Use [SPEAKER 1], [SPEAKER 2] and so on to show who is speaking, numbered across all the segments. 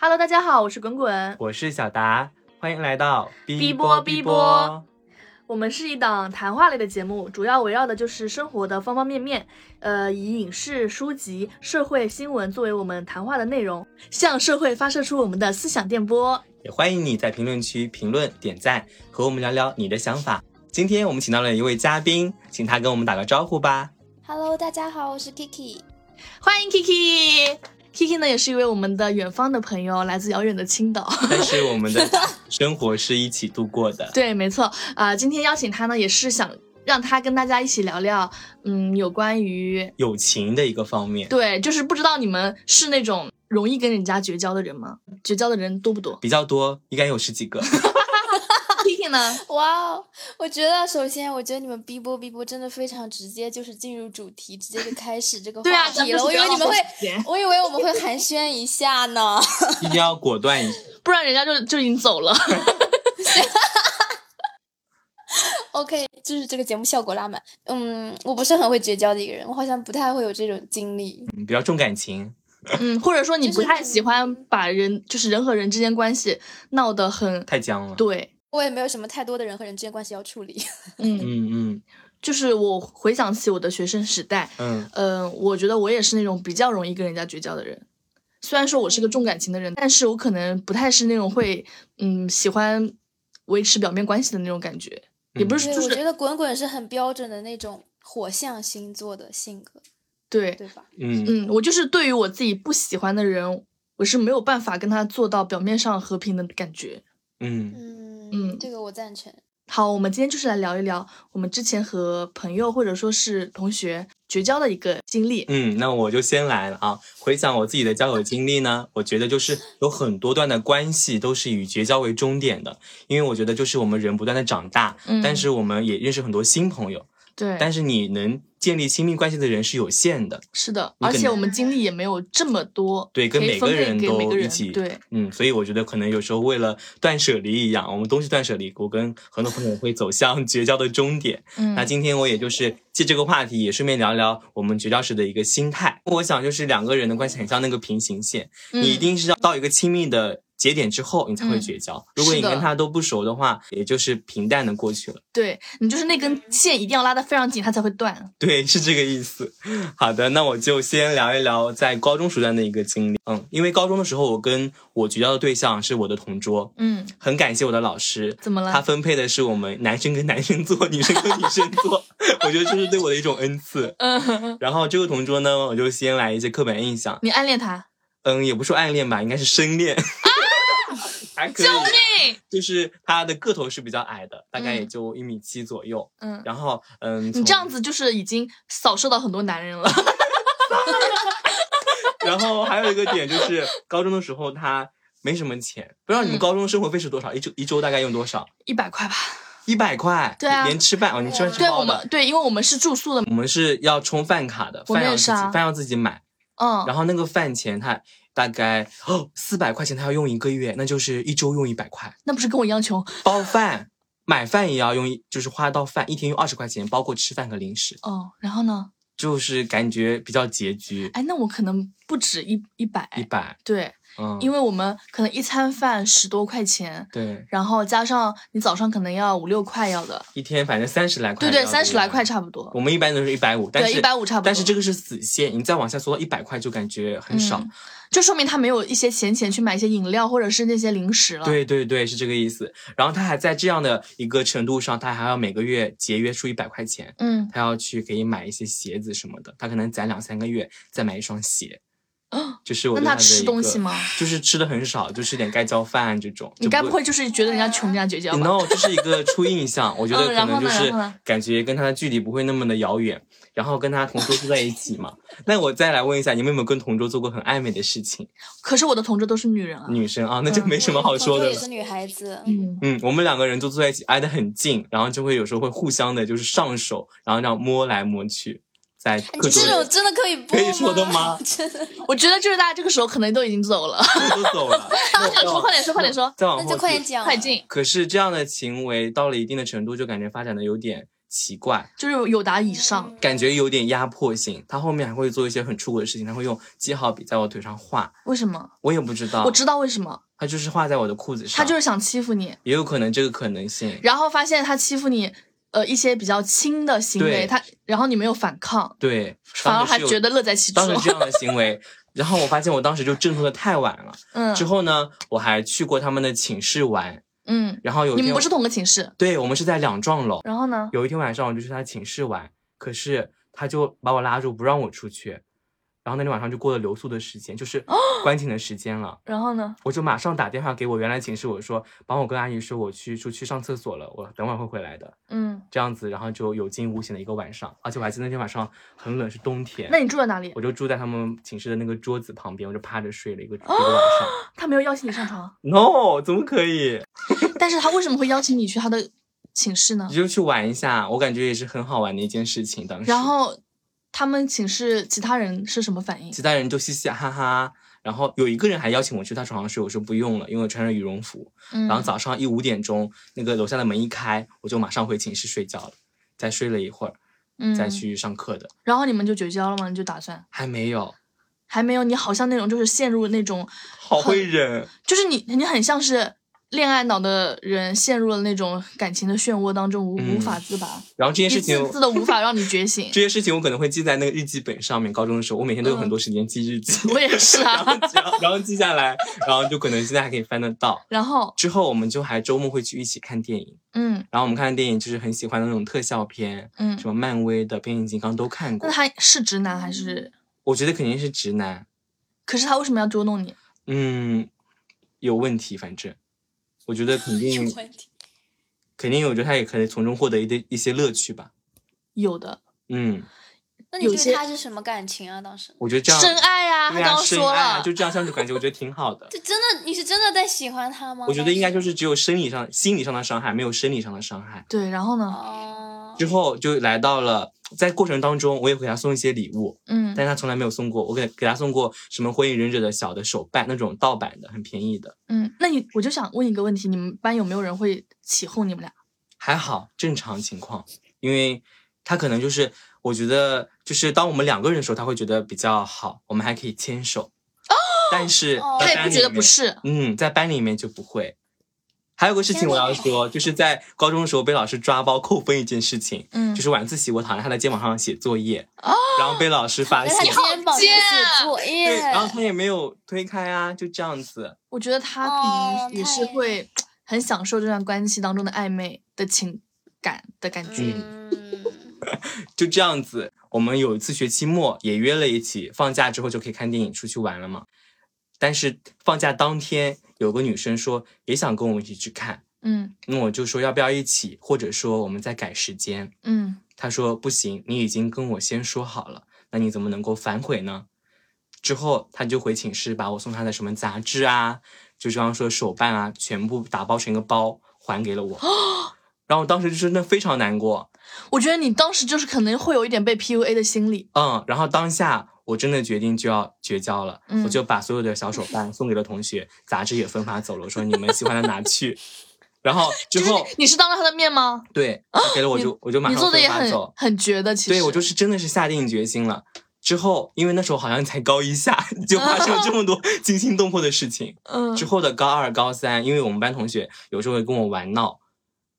[SPEAKER 1] Hello，大家好，我是滚滚。
[SPEAKER 2] 我是小达，欢迎来到
[SPEAKER 1] 逼
[SPEAKER 2] 波
[SPEAKER 1] 波逼波。我们是一档谈话类的节目，主要围绕的就是生活的方方面面，呃，以影视、书籍、社会新闻作为我们谈话的内容，向社会发射出我们的思想电波。
[SPEAKER 2] 也欢迎你在评论区评论、点赞，和我们聊聊你的想法。今天我们请到了一位嘉宾，请他跟我们打个招 呼吧。
[SPEAKER 3] Hello，大家好，我是 Kiki。
[SPEAKER 1] 欢迎 Kiki。Kiki 呢，也是一位我们的远方的朋友，来自遥远的青岛。
[SPEAKER 2] 但是我们的生活是一起度过的，
[SPEAKER 1] 对，没错啊、今天邀请他呢，也是想让他跟大家一起聊聊，嗯，有关于
[SPEAKER 2] 友情的一个方面
[SPEAKER 1] 对，就是不知道你们是那种容易跟人家绝交的人吗？绝交的人多不多
[SPEAKER 2] 比较多，应该有十几个。
[SPEAKER 1] ？Kiki 呢？
[SPEAKER 3] 哇哦，我觉得首先，我觉得你们逼波逼波真的非常直接，就是进入主题，直接就开始这个
[SPEAKER 1] 对 啊，
[SPEAKER 3] 话题了。我以为你们会，
[SPEAKER 1] 会，
[SPEAKER 3] 我以为我们会寒暄一下呢。
[SPEAKER 2] 一定要果断一些。
[SPEAKER 1] 不然人家就就已经走了。
[SPEAKER 3] OK，就是这个节目效果拉满。嗯，我不是很会绝交的一个人，我好像不太会有这种经历。
[SPEAKER 2] 嗯，比较重感情，
[SPEAKER 1] 嗯， 或者说你
[SPEAKER 3] 就是
[SPEAKER 1] 不太喜欢把人，就是人和人之间关系闹得很
[SPEAKER 2] 太僵了。
[SPEAKER 1] 对。
[SPEAKER 3] 我也没有什么太多的人和人之间关系要处理。
[SPEAKER 1] 嗯，
[SPEAKER 2] 嗯嗯
[SPEAKER 1] 就是我回想起我的学生时代，
[SPEAKER 2] 嗯，
[SPEAKER 1] 嗯、我觉得我也是那种比较容易跟人家绝交的人。虽然说我是个重感情的人，但是我可能不太是那种会，嗯，喜欢维持表面关系的那种感觉，也不是
[SPEAKER 3] 对，
[SPEAKER 1] 就
[SPEAKER 3] 我觉
[SPEAKER 1] 是
[SPEAKER 3] 得滚滚是很标准的那种火象星座的性格，
[SPEAKER 1] 对，
[SPEAKER 3] 对吧？
[SPEAKER 2] 嗯嗯
[SPEAKER 1] 嗯，我就是对于我自己不喜欢的人，我是没有办法跟他做到表面上和平的感觉。
[SPEAKER 2] 嗯，
[SPEAKER 3] 嗯
[SPEAKER 1] 嗯
[SPEAKER 3] 这个我赞成。
[SPEAKER 1] 好，我们今天就是来聊一聊我们之前和朋友或者说是同学绝交的一个经历。
[SPEAKER 2] 嗯，那我就先来了啊。回想我自己的交友经历呢，我觉得就是有很多段的关系都是以绝交为终点的，因为我觉得就是我们人不断的长大，
[SPEAKER 1] 嗯
[SPEAKER 2] 但是我们也认识很多新朋友，
[SPEAKER 1] 对，
[SPEAKER 2] 但是你能建立亲密关系的人是有限的，
[SPEAKER 1] 是的，
[SPEAKER 2] 你
[SPEAKER 1] 而
[SPEAKER 2] 可
[SPEAKER 1] 且
[SPEAKER 2] 能
[SPEAKER 1] 我们经历也没有这么多，
[SPEAKER 2] 对跟
[SPEAKER 1] 可以
[SPEAKER 2] 每
[SPEAKER 1] 分
[SPEAKER 2] 个
[SPEAKER 1] 配
[SPEAKER 2] 人
[SPEAKER 1] 给每
[SPEAKER 2] 都
[SPEAKER 1] 个
[SPEAKER 2] 一
[SPEAKER 1] 人
[SPEAKER 2] 起
[SPEAKER 1] 对，
[SPEAKER 2] 嗯，所以我觉得可能有时候为了断舍离一样，我们东西断舍离，我跟很多朋友会走向绝交的终点。
[SPEAKER 1] 嗯
[SPEAKER 2] 那今天我也就是借这个话题，也顺便聊聊我们绝交时的一个心态。我想就是两个人的关系很像那个平行线，你一
[SPEAKER 1] 嗯
[SPEAKER 2] 定是要到一个亲密的节点之后，你才会绝交。如果你
[SPEAKER 1] 是的
[SPEAKER 2] 跟他都不熟的话，也就是平淡的过去了。
[SPEAKER 1] 对你就是那根线一定要拉得非常紧，它才会断。
[SPEAKER 2] 对，是这个意思。 好的，那我就先聊一聊在高中时段的一个经历。嗯，因为高中的时候，我跟我绝交的对象是我的同桌，
[SPEAKER 1] 嗯，
[SPEAKER 2] 很感谢我的老师。
[SPEAKER 1] 怎么
[SPEAKER 2] 他
[SPEAKER 1] 了？
[SPEAKER 2] 分配的是我们男生跟男生做，女生跟女生 做，我觉得这是对我的一种恩赐。
[SPEAKER 1] 嗯，
[SPEAKER 2] 然后这个同桌呢，我就先来一些刻板印象，
[SPEAKER 1] 你暗恋他？
[SPEAKER 2] 嗯，也不说暗恋吧，应该是深
[SPEAKER 1] 啊
[SPEAKER 2] 恋， 还可以，
[SPEAKER 1] 命！
[SPEAKER 2] 就是他的个头是比较矮的，大概也
[SPEAKER 1] 嗯
[SPEAKER 2] 就一米七左右。
[SPEAKER 1] 嗯，
[SPEAKER 2] 然后，嗯，
[SPEAKER 1] 你
[SPEAKER 2] 从
[SPEAKER 1] 这样，子就是已经扫射到很多男 人了。
[SPEAKER 2] 然后还有一个点就是，高中的时候他没什么钱，不知道你
[SPEAKER 1] 嗯
[SPEAKER 2] 们高中生活费是多少？一周一周大概用多少？
[SPEAKER 1] 一百块吧。
[SPEAKER 2] 一百块，
[SPEAKER 1] 对啊
[SPEAKER 2] 连吃饭哦，你吃饭是
[SPEAKER 1] 对
[SPEAKER 2] 包
[SPEAKER 1] 我
[SPEAKER 2] 的，
[SPEAKER 1] 们对，因为我们是住宿的，
[SPEAKER 2] 我们是要充饭卡的，
[SPEAKER 1] 我们
[SPEAKER 2] 饭要
[SPEAKER 1] 也
[SPEAKER 2] 自
[SPEAKER 1] 是
[SPEAKER 2] 己，
[SPEAKER 1] 啊
[SPEAKER 2] 饭要自己买，
[SPEAKER 1] 嗯，
[SPEAKER 2] 然后那个饭钱他大概哦四百块钱，他要用一个月，那就是一周用一百块。
[SPEAKER 1] 那不是跟我一样穷
[SPEAKER 2] 包饭，买饭也要用一，就是花到饭，一天用二十块钱，包括吃饭和零食，
[SPEAKER 1] 哦。然后呢？
[SPEAKER 2] 就是感觉比较拮据，
[SPEAKER 1] 哎，那我可能不止一一百，
[SPEAKER 2] 一百，
[SPEAKER 1] 对，
[SPEAKER 2] 嗯，
[SPEAKER 1] 因
[SPEAKER 2] 为
[SPEAKER 1] 为我们可能一餐饭十多块钱，
[SPEAKER 2] 对
[SPEAKER 1] 然后加上你早上可能要五六块要的，
[SPEAKER 2] 一天反正三十来块，
[SPEAKER 1] 对对，三十来块，差不多，
[SPEAKER 2] 我们一般都是一百五，但
[SPEAKER 1] 对，
[SPEAKER 2] 是
[SPEAKER 1] 一百五差不多。
[SPEAKER 2] 但是这个是死线，你再往下缩到一百块就感觉很少，
[SPEAKER 1] 嗯就说明他没有一些闲钱去买一些饮料或者是那些零食了。，
[SPEAKER 2] 对对对，是这个意思。然后他还在这样的一个程度上，他还要每个月节约出一百块钱。
[SPEAKER 1] 嗯，
[SPEAKER 2] 他要去给你买一些鞋子什么的，他可能攒两三个月再买一双鞋。就是我
[SPEAKER 1] 哦那
[SPEAKER 2] 对
[SPEAKER 1] 他
[SPEAKER 2] 的
[SPEAKER 1] 吃
[SPEAKER 2] 一
[SPEAKER 1] 东
[SPEAKER 2] 个
[SPEAKER 1] 西吗？
[SPEAKER 2] 就是吃的很少，就吃点盖浇饭这种。
[SPEAKER 1] 你该不会就是觉得人家穷，人家绝交吧？
[SPEAKER 2] ？no，这是一个初印象，我觉
[SPEAKER 1] 嗯
[SPEAKER 2] 得可
[SPEAKER 1] 然后
[SPEAKER 2] 能就
[SPEAKER 1] 呢
[SPEAKER 2] 是
[SPEAKER 1] 然后呢
[SPEAKER 2] 感觉跟他的距离不会那么的遥远，然后跟他同桌住在一起嘛。那我再来问一下，你们有没有跟同桌做过很暧昧的事情？
[SPEAKER 1] 可是我的同桌都是女人啊。
[SPEAKER 2] 女生啊，那
[SPEAKER 3] 嗯
[SPEAKER 2] 就没什么好说
[SPEAKER 3] 我
[SPEAKER 2] 的
[SPEAKER 3] 也
[SPEAKER 2] 了。
[SPEAKER 3] 是女孩子，
[SPEAKER 1] 嗯，
[SPEAKER 2] 嗯，我们两个人就坐在一起挨得很近，然后就会有时候会互相的就是上手，然后这样摸来摸去，在各
[SPEAKER 3] 你
[SPEAKER 2] 种
[SPEAKER 3] 哎这种真的可以播
[SPEAKER 2] 可以说的吗
[SPEAKER 3] 真的，
[SPEAKER 1] 我觉得就是大家这个时候可能都已经走了。
[SPEAKER 2] 都走 了。
[SPEAKER 1] 快
[SPEAKER 2] 哦
[SPEAKER 1] 点说，快点说，快
[SPEAKER 2] 嗯
[SPEAKER 1] 点说，
[SPEAKER 2] 再往
[SPEAKER 3] 那
[SPEAKER 2] 后
[SPEAKER 3] 就快点
[SPEAKER 2] 就
[SPEAKER 3] 讲，
[SPEAKER 1] 快进。
[SPEAKER 2] 可是这样的行为到了一定的程度，就感觉发展的有点奇怪，
[SPEAKER 1] 就是有答以上，
[SPEAKER 2] 感觉有点压迫性。他后面还会做一些很出格的事情，他会用记号笔在我腿上画，
[SPEAKER 1] 为什么？
[SPEAKER 2] 我也不知道，
[SPEAKER 1] 我知道为什么，
[SPEAKER 2] 他就是画在我的裤子上，
[SPEAKER 1] 他就是想欺负你，
[SPEAKER 2] 也有可能这个可能性。
[SPEAKER 1] 然后发现他欺负你，呃，一些比较轻的行为，
[SPEAKER 2] 对
[SPEAKER 1] 他然后你没有反抗，
[SPEAKER 2] 对，
[SPEAKER 1] 反而
[SPEAKER 2] 当时
[SPEAKER 1] 还
[SPEAKER 2] 是有
[SPEAKER 1] 觉得乐在其中
[SPEAKER 2] 当。时这样的行 为，然后我发现我当时就挣脱的太晚了。
[SPEAKER 1] 嗯
[SPEAKER 2] 之后呢，我还去过他们的寝室玩，
[SPEAKER 1] 嗯，
[SPEAKER 2] 然后有一
[SPEAKER 1] 你
[SPEAKER 2] 天
[SPEAKER 1] 们
[SPEAKER 2] 我
[SPEAKER 1] 不是同个寝室，
[SPEAKER 2] 对我们是在两幢楼。
[SPEAKER 1] 然后呢？
[SPEAKER 2] 有一天晚上我就去他寝室玩，可是他就把我拉住不让我出去，然后那天晚上就过了留宿的时 间，就是关寝的时间了。
[SPEAKER 1] 然后呢？
[SPEAKER 2] 我就马上打电话给我原来寝室，我说帮我跟阿姨说我去出去上厕所了，我等会儿会回来的。
[SPEAKER 1] 嗯，
[SPEAKER 2] 这样子，然后就有惊无险的一个晚上，而且我还记得那天晚上很冷，是冬天。
[SPEAKER 1] 那你住在哪里？
[SPEAKER 2] 我就住在他们寝室的那个桌子旁边，我就趴着睡了一个、一个晚上。
[SPEAKER 1] 他没有邀请你上床，哦
[SPEAKER 2] No，怎么 可以？
[SPEAKER 1] 但是他为什么会邀请你去他的寝室呢
[SPEAKER 2] 你？就去玩一下，我感觉也是很好玩的一件事情。当时，
[SPEAKER 1] 然后他们寝室其他人是什么反应？
[SPEAKER 2] 其他人就嘻嘻哈哈，然后有一个人还邀请我去他床上睡，我说不用了，因为我穿着羽绒服。
[SPEAKER 1] 嗯，
[SPEAKER 2] 然后早上一五点钟，那个楼下的门一开，我就马上回寝室睡觉了，再睡了一会儿，
[SPEAKER 1] 嗯
[SPEAKER 2] 再去上课的，
[SPEAKER 1] 然后你们就绝交了吗？你就打算
[SPEAKER 2] 还没有，
[SPEAKER 1] 还没有？你好像那种就是陷入那种，
[SPEAKER 2] 好会忍。
[SPEAKER 1] 就是你你很像是恋爱脑的人陷入了那种感情的漩涡当中，无、
[SPEAKER 2] 嗯
[SPEAKER 1] 无法自拔，
[SPEAKER 2] 然后这件
[SPEAKER 1] 一
[SPEAKER 2] 事情
[SPEAKER 1] 次。次的无法让你觉醒。
[SPEAKER 2] 这些事情我可能会记在那个日记本上面。高中的时候，我每天都有很多时间记日记，
[SPEAKER 1] 嗯我也是
[SPEAKER 2] 然后
[SPEAKER 1] 啊。
[SPEAKER 2] 然 后然后记下来，然后就可能现在还可以翻得到。
[SPEAKER 1] 然后
[SPEAKER 2] 之后我们就还周末会去一起看电影，
[SPEAKER 1] 嗯
[SPEAKER 2] 然后我们看的电影就是很喜欢的那种特效片，
[SPEAKER 1] 嗯
[SPEAKER 2] 什，么漫威的、变形金刚都看过
[SPEAKER 1] 那。他是直男还是？
[SPEAKER 2] 我觉得肯定是直男，
[SPEAKER 1] 可是他为什么要捉弄你？
[SPEAKER 2] 嗯，有问题，反正我觉 得肯
[SPEAKER 3] 有
[SPEAKER 2] 定
[SPEAKER 3] 问题。
[SPEAKER 2] 肯定，我觉得他也可以从中获得一点一些乐趣吧。
[SPEAKER 1] 有的
[SPEAKER 2] 嗯，
[SPEAKER 3] 那你
[SPEAKER 1] 有
[SPEAKER 3] 对
[SPEAKER 1] 些
[SPEAKER 3] 他是什么感情啊？当时
[SPEAKER 2] 我觉得这样
[SPEAKER 1] 深爱呀、他
[SPEAKER 2] 对
[SPEAKER 1] 刚
[SPEAKER 2] 啊，
[SPEAKER 1] 刚
[SPEAKER 2] 深
[SPEAKER 1] 说
[SPEAKER 2] 爱啊
[SPEAKER 1] 了，
[SPEAKER 2] 就这样相处感觉，我觉得挺好的。
[SPEAKER 3] 这真的你是真的在喜欢他吗？
[SPEAKER 2] 我觉得应该就是是只有生理上、心理上的伤害，没有生理上的伤害。
[SPEAKER 1] 对。然后呢？
[SPEAKER 3] 哦，
[SPEAKER 2] 之后就来到了，在过程当中，我也给他送一些礼物，
[SPEAKER 1] 嗯
[SPEAKER 2] 但是他从来没有送过。我给给他送过什么《火影忍者》的小的手办，那种盗版的，很便宜的，
[SPEAKER 1] 嗯，那你我就想问一个问题，你们班有没有人会起哄你们俩？
[SPEAKER 2] 还好正常情况。因为他可能就是，我觉得就是当我们两个人的时候，他会觉得比较好，我们还可以牵手。但是
[SPEAKER 3] 哦
[SPEAKER 1] 他
[SPEAKER 2] 在
[SPEAKER 1] 也
[SPEAKER 2] 班
[SPEAKER 1] 不
[SPEAKER 2] 里
[SPEAKER 1] 觉得不
[SPEAKER 2] 面
[SPEAKER 1] 是，
[SPEAKER 2] 嗯，在班里面就不会。还有个事情
[SPEAKER 3] 天
[SPEAKER 2] 我
[SPEAKER 3] 呐
[SPEAKER 2] 要说，就是在高中的时候被老师抓包扣分一件事情，
[SPEAKER 1] 嗯，
[SPEAKER 2] 就是晚自习我躺在他的肩膀上写作业，然后被老师发
[SPEAKER 3] 在他
[SPEAKER 2] 现，
[SPEAKER 3] 肩膀上
[SPEAKER 1] 贱啊
[SPEAKER 3] 写作业
[SPEAKER 2] 对，，然后他也没有推开啊，就这样子。
[SPEAKER 1] 我觉得他可
[SPEAKER 3] 哦
[SPEAKER 1] 能也
[SPEAKER 3] 他
[SPEAKER 1] 是
[SPEAKER 3] 也
[SPEAKER 1] 会很享受这段关系当中的暧昧的情感的感觉。
[SPEAKER 3] 嗯，
[SPEAKER 2] 就这样子，我们有一次学期末也约了一起，放假之后就可以看电影出去玩了嘛。但是放假当天，有个女生说也想跟我们一起去看，
[SPEAKER 1] 嗯
[SPEAKER 2] 那我就说要不要一起，或者说我们再改时间。
[SPEAKER 1] 嗯
[SPEAKER 2] 他说不行，你已经跟我先说好了，那你怎么能够反悔呢？之后他就回寝室把我送他的什么杂志啊，就刚刚说手办啊，全部打包成一个包还给了 我。然后我当时就真的非常难过，
[SPEAKER 1] 我觉得你当时就是可能会有一点被 PUA 的心理。
[SPEAKER 2] 嗯，然后当下我真的决定就要绝交了，
[SPEAKER 1] 嗯
[SPEAKER 2] 我就把所有的小手办送给了同学，杂志也分发走了，我说你们喜欢的拿去。 然后之
[SPEAKER 1] 就是
[SPEAKER 2] 后
[SPEAKER 1] 你你是当着他的面吗？
[SPEAKER 2] 对他给了我
[SPEAKER 1] 你
[SPEAKER 2] 就我就马
[SPEAKER 1] 你
[SPEAKER 2] 上
[SPEAKER 1] 做的
[SPEAKER 2] 分
[SPEAKER 1] 也
[SPEAKER 2] 发
[SPEAKER 1] 很
[SPEAKER 2] 走，
[SPEAKER 1] 很绝的，其实
[SPEAKER 2] 对我就是真的是下定决心了。之后，因为那时候好像才高一下，就发生了这 么多惊心动魄的事情。
[SPEAKER 1] 嗯
[SPEAKER 2] 之后的高二、高三，因为我们班同学有时候会跟我玩闹，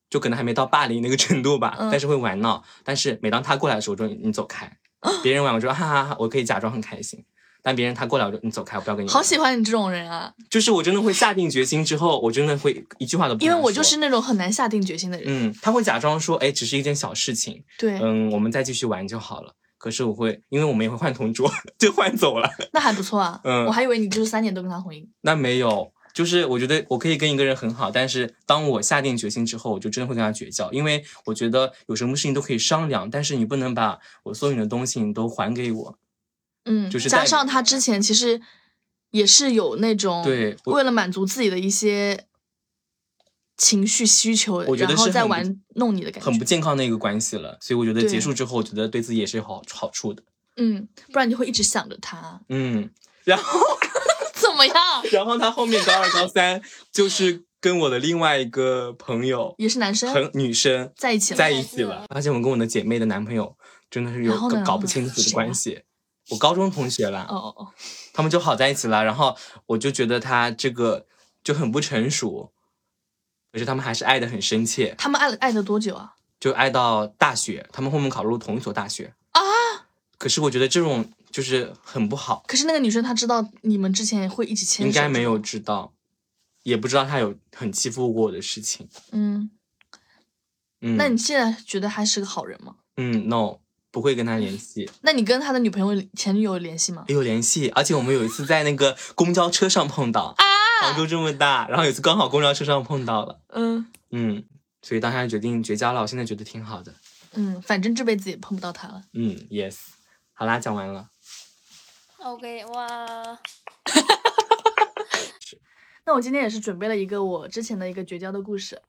[SPEAKER 2] 就可能还没到霸凌那个程度吧，
[SPEAKER 1] 嗯
[SPEAKER 2] 但是会玩闹。但是每当他过来的时候，我说你你走开。
[SPEAKER 1] 嗯
[SPEAKER 2] 别人玩我说哈哈哈，我可以假装很开心。但别人他过来，我说你走开，我不要跟你玩。
[SPEAKER 1] 好喜欢你这种人啊，
[SPEAKER 2] 就是我真的会下定决心之后，我真的会一句话都不
[SPEAKER 1] 因为
[SPEAKER 2] 想
[SPEAKER 1] 我
[SPEAKER 2] 说
[SPEAKER 1] 就是那种很难下定决心的人。
[SPEAKER 2] 嗯，他会假装说哎，只是一件小事情，
[SPEAKER 1] 对，
[SPEAKER 2] 嗯，我们再继续玩就好了。可是我会，因为我们也会换同桌， 就换走了。
[SPEAKER 1] 那还不错啊。
[SPEAKER 2] 嗯
[SPEAKER 1] 我还以为你就是三点都跟他回应。
[SPEAKER 2] 那没有，就是我觉得我可以跟一个人很好，但是当我下定决心之后，我就真的会跟他绝交，因为我觉得有什么事情都可以商量，但是你不能把我所有的东西你都还给我。
[SPEAKER 1] 嗯，
[SPEAKER 2] 就是
[SPEAKER 1] 加
[SPEAKER 2] 在
[SPEAKER 1] 上他之前其实也是有那种
[SPEAKER 2] 对我
[SPEAKER 1] 为了满足自己的一些情绪需求，
[SPEAKER 2] 我觉得
[SPEAKER 1] 然后
[SPEAKER 2] 是
[SPEAKER 1] 再
[SPEAKER 2] 很不
[SPEAKER 1] 玩弄你的感觉，
[SPEAKER 2] 很不健康的一个关系了，所以我觉得
[SPEAKER 1] 对
[SPEAKER 2] 结束之后，我觉得对自己也是有好好处的。
[SPEAKER 1] 嗯，不然你会一直想着他
[SPEAKER 2] 嗯，然后
[SPEAKER 1] 怎么样？
[SPEAKER 2] 然后他后面高二、高三就是跟我的另外一个朋友，
[SPEAKER 1] 也是男生
[SPEAKER 2] 很女生
[SPEAKER 1] 在一起了
[SPEAKER 2] 在一起了，而且我跟我的姐妹的男朋友真的是有
[SPEAKER 1] 然后
[SPEAKER 2] 个
[SPEAKER 1] 呢
[SPEAKER 2] 搞不清楚的
[SPEAKER 1] 谁啊
[SPEAKER 2] 关系，我高中同学啦，
[SPEAKER 1] 哦哦哦，
[SPEAKER 2] 他们就好在一起了。然后我就觉得他这个就很不成熟，可是他们还是爱的很深切，
[SPEAKER 1] 他们爱了爱了多久啊？
[SPEAKER 2] 就爱到大学，他们后面考入同一所大学
[SPEAKER 1] 啊。
[SPEAKER 2] 可是我觉得这种就是很不好，
[SPEAKER 1] 可是那个女生她知道你们之前会一起牵手，
[SPEAKER 2] 应该没有。知道，也不知道他有很欺负过我的事情。
[SPEAKER 1] 嗯，
[SPEAKER 2] 嗯，
[SPEAKER 1] 那你现在觉得还是个好人吗？
[SPEAKER 2] 嗯，no，不会跟他联系，
[SPEAKER 1] 那你跟他的女朋友、前女友有联系吗？
[SPEAKER 2] 也有联系。而且我们有一次在那个公交车上碰到，啊，杭州这么大，然后有一次刚好公交车上碰到了，
[SPEAKER 1] 嗯
[SPEAKER 2] 嗯，所以当下决定绝交了。我现在觉得挺好的，
[SPEAKER 1] 嗯，反正这辈子也碰不到他了。
[SPEAKER 2] 嗯，yes，好啦，讲完了。
[SPEAKER 3] OK，哇，
[SPEAKER 1] 那我今天也是准备了一个我之前的一个绝交的故事，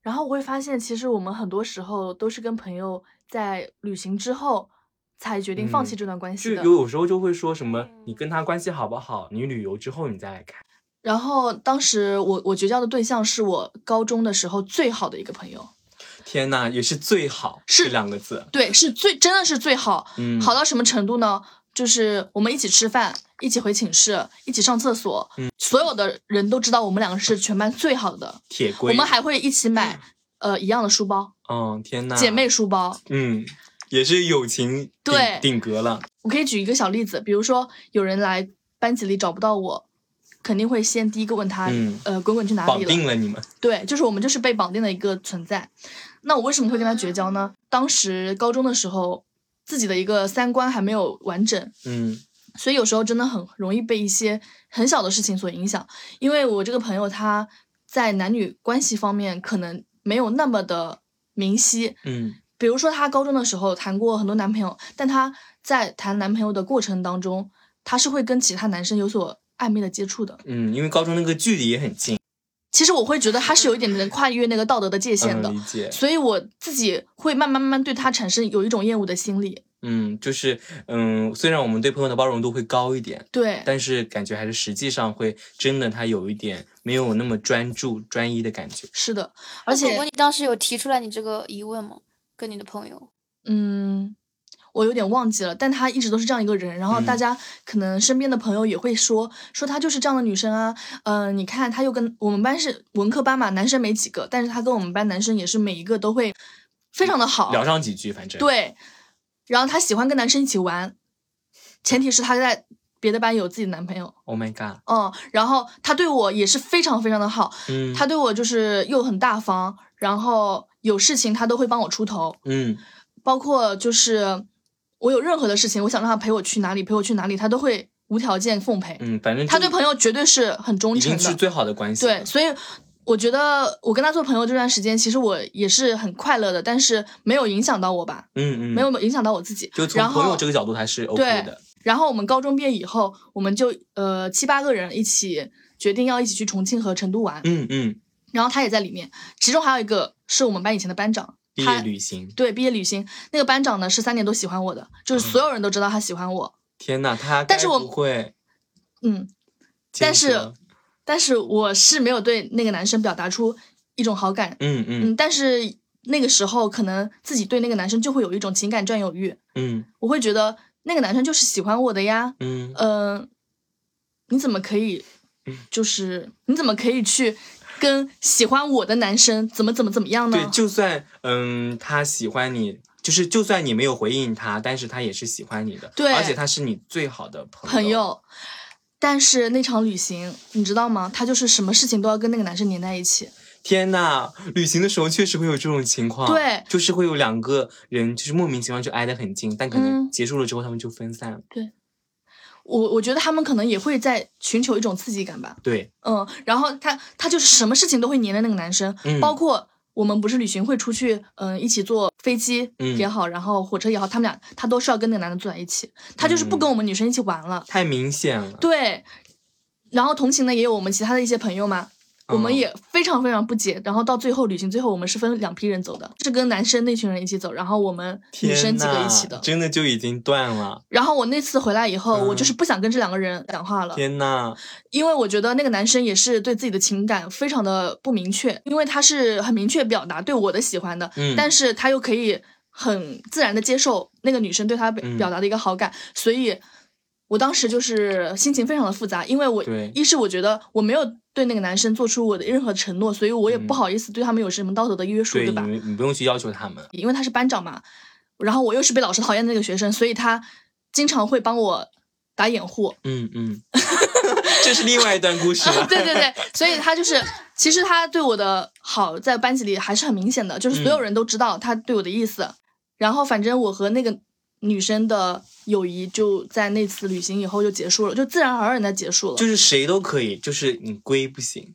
[SPEAKER 1] 然后我会发现，其实我们很多时候都是跟朋友在旅行之后才决定放弃
[SPEAKER 2] 嗯
[SPEAKER 1] 这段关
[SPEAKER 2] 就
[SPEAKER 1] 系的。
[SPEAKER 2] 有时候就会说什么，你跟他关系好不好？你旅游之后你再来看。
[SPEAKER 1] 然后当时我我绝交的对象是我高中的时候最好的一个朋友，
[SPEAKER 2] 天呐，也是最好
[SPEAKER 1] 是
[SPEAKER 2] 这两个字，
[SPEAKER 1] 对，是最真的是最好，
[SPEAKER 2] 嗯，
[SPEAKER 1] 好，到什么程度呢？就是我们一起吃饭，一起回寝室，一起上厕所，
[SPEAKER 2] 嗯
[SPEAKER 1] 所有的人都知道我们两个是全班最好的，
[SPEAKER 2] 铁
[SPEAKER 1] 我
[SPEAKER 2] 龟，
[SPEAKER 1] 们还会一起买呃一样的书包，
[SPEAKER 2] 嗯，天呐，
[SPEAKER 1] 姐妹，书包，
[SPEAKER 2] 嗯，也是友情顶
[SPEAKER 1] 对
[SPEAKER 2] 顶格了，
[SPEAKER 1] 我可以举一个小例子，比如说有人来班级里找不到我，肯定会先第一个问他，
[SPEAKER 2] 嗯
[SPEAKER 1] 呃，滚滚去哪
[SPEAKER 2] 绑
[SPEAKER 1] 里
[SPEAKER 2] 定了你们，
[SPEAKER 1] 对，就是我们就是被绑定的一个存在。那我为什么会跟他绝交呢？当时高中的时候，自己的一个三观还没有完整，
[SPEAKER 2] 嗯
[SPEAKER 1] 所以有时候真的很容易被一些很小的事情所影响。因为我这个朋友他在男女关系方面可能没有那么的明晰，
[SPEAKER 2] 嗯。
[SPEAKER 1] 比如说，她高中的时候谈过很多男朋友，但她在谈男朋友的过程当中，她是会跟其他男生有所暧昧的接触的。
[SPEAKER 2] 嗯，因为高中那个距离也很近，
[SPEAKER 1] 其实我会觉得她是有一点点跨越那个道德的界限的，
[SPEAKER 2] 嗯、理解。
[SPEAKER 1] 所以我自己会慢慢慢慢对她产生有一种厌恶的心理。
[SPEAKER 2] 嗯，就是嗯，虽然我们对朋友的包容度会高一点，
[SPEAKER 1] 对，
[SPEAKER 2] 但是感觉还是实际上会真的他有一点没有那么专注专一的感觉。
[SPEAKER 1] 是的，而
[SPEAKER 3] 那果果
[SPEAKER 1] 且
[SPEAKER 3] 你当时有提出来你这个疑问吗？跟你的朋友？
[SPEAKER 1] 嗯。我有点忘记了，但她一直都是这样一个人。然后
[SPEAKER 2] 嗯
[SPEAKER 1] 大家可能身边的朋友也会说，说她就是这样的女生啊。嗯、你看她又跟我们班是文科班嘛，男生没几个，但是她跟我们班男生也是每一个都会非常的好，
[SPEAKER 2] 聊上几句，反正，
[SPEAKER 1] 对，然后她喜欢跟男生一起玩，前提是她在别的班有自己的男朋友。
[SPEAKER 2] ，Oh my god，
[SPEAKER 1] 嗯，然后她对我也是非常非常的好，
[SPEAKER 2] 嗯，
[SPEAKER 1] 她对我就是又很大方，然后有事情她都会帮我出头。
[SPEAKER 2] 嗯
[SPEAKER 1] 包括就是我有任何的事情，我想让他陪我去哪里，陪我去哪里，他都会无条件奉陪。
[SPEAKER 2] 嗯，反正
[SPEAKER 1] 他
[SPEAKER 2] 就
[SPEAKER 1] 对朋友绝对是很忠
[SPEAKER 2] 已
[SPEAKER 1] 诚
[SPEAKER 2] 经是
[SPEAKER 1] 的，
[SPEAKER 2] 最好的关系了，
[SPEAKER 1] 对，所以我觉得我跟他做朋友这段时间，其实我也是很快乐的，但是没有影响到我吧，
[SPEAKER 2] 嗯嗯，
[SPEAKER 1] 没有，影响到我自己。
[SPEAKER 2] 就从
[SPEAKER 1] 然
[SPEAKER 2] 朋友
[SPEAKER 1] 后
[SPEAKER 2] 这个角度还是 OK
[SPEAKER 1] 对
[SPEAKER 2] 的，
[SPEAKER 1] 然后我们高中毕业以后，我们就呃七八个人一起决定要一起去重庆和成都玩，
[SPEAKER 2] 嗯嗯，
[SPEAKER 1] 然后他也在里面，其中还有一个是我们班以前的班长，
[SPEAKER 2] 毕
[SPEAKER 1] 他
[SPEAKER 2] 业旅行，
[SPEAKER 1] 对，毕业旅行那个班长呢是三年都喜欢我的，就是
[SPEAKER 2] 嗯
[SPEAKER 1] 所有人都知道他喜欢我。
[SPEAKER 2] 天呐，他
[SPEAKER 1] 但是
[SPEAKER 2] 该
[SPEAKER 1] 我
[SPEAKER 2] 不会
[SPEAKER 1] 嗯，
[SPEAKER 2] 坚
[SPEAKER 1] 但
[SPEAKER 2] 持
[SPEAKER 1] 是
[SPEAKER 2] 了，
[SPEAKER 1] 但是我是没有对那个男生表达出一种好感。
[SPEAKER 2] 嗯嗯
[SPEAKER 1] 嗯，但是那个时候可能自己对那个男生就会有一种情感占有欲，
[SPEAKER 2] 嗯
[SPEAKER 1] 我会觉得那个男生就是喜欢我的呀。
[SPEAKER 2] 嗯，
[SPEAKER 1] 嗯、你怎么可以，就是你怎么可以去跟喜欢我的男生怎么怎么怎么样
[SPEAKER 2] 对，
[SPEAKER 1] 呢？
[SPEAKER 2] 就算嗯他喜欢你，就是就算你没有回应他，但是他也是喜欢你的，
[SPEAKER 1] 对
[SPEAKER 2] 而且他是你最好的朋
[SPEAKER 1] 朋友。但是那场旅行，你知道吗？他就是什么事情都要跟那个男生粘在一起。
[SPEAKER 2] 天呐，旅行的时候确实会有这种情况，
[SPEAKER 1] 对
[SPEAKER 2] 就是会有两个人就是莫名其妙就挨得很近，但可能
[SPEAKER 1] 嗯
[SPEAKER 2] 结束了之后他们就分散了。
[SPEAKER 1] 我我觉得他们可能也会在寻求一种刺激感吧。
[SPEAKER 2] 对，
[SPEAKER 1] 嗯，然后他他就是什么事情都会黏着那个男生，
[SPEAKER 2] 嗯
[SPEAKER 1] 包括我们不是旅行会出去，嗯、一起坐飞机
[SPEAKER 2] 嗯
[SPEAKER 1] 也好，然后火车也好，他们俩他都是要跟那个男的坐在一起，他就是不
[SPEAKER 2] 嗯
[SPEAKER 1] 跟我们女生一起玩了。
[SPEAKER 2] 太明显了。
[SPEAKER 1] 对，然后同行的也有我们其他的一些朋友嘛，我
[SPEAKER 2] 嗯
[SPEAKER 1] 们也非常非常不解。然后到最后旅行，最后我们是分两批人走的，是跟男生那群人一起走，然后我们女生几个一起的。
[SPEAKER 2] 真的就已经断了。
[SPEAKER 1] 然后我那次回来以后，
[SPEAKER 2] 嗯
[SPEAKER 1] 我就是不想跟这两个人讲话了，
[SPEAKER 2] 天呐，
[SPEAKER 1] 因为我觉得那个男生也是对自己的情感非常的不明确，因为他是很明确表达对我的喜欢的，
[SPEAKER 2] 嗯，
[SPEAKER 1] 但
[SPEAKER 2] 是
[SPEAKER 1] 是他又可以很自然的接受那个女生对他表
[SPEAKER 2] 嗯
[SPEAKER 1] 表达的一个好感，所以我当时就是心情非常的复杂，因为我
[SPEAKER 2] 对
[SPEAKER 1] 一是我觉得我没有对那个男生做出我的任何承诺，所以我也不
[SPEAKER 2] 嗯
[SPEAKER 1] 好意思对他们有什么道德的约束，
[SPEAKER 2] 对
[SPEAKER 1] 吧
[SPEAKER 2] 你？们你不用去要求他们，
[SPEAKER 1] 因为他是班长嘛，然后我又是被老师讨厌的那个学生，所以他经常会帮我打掩护，
[SPEAKER 2] 嗯 嗯，这是另外一段故事了。
[SPEAKER 1] 对对对，所以他就是，其实他对我的好在班级里还是很明显的，
[SPEAKER 2] 嗯
[SPEAKER 1] 就是所有人都知道他对我的意思。然后反正我和那个女生的友谊就在那次旅行以后就结束了，就自然而然的结束了。
[SPEAKER 2] 就是谁都可以，就是你龟不行。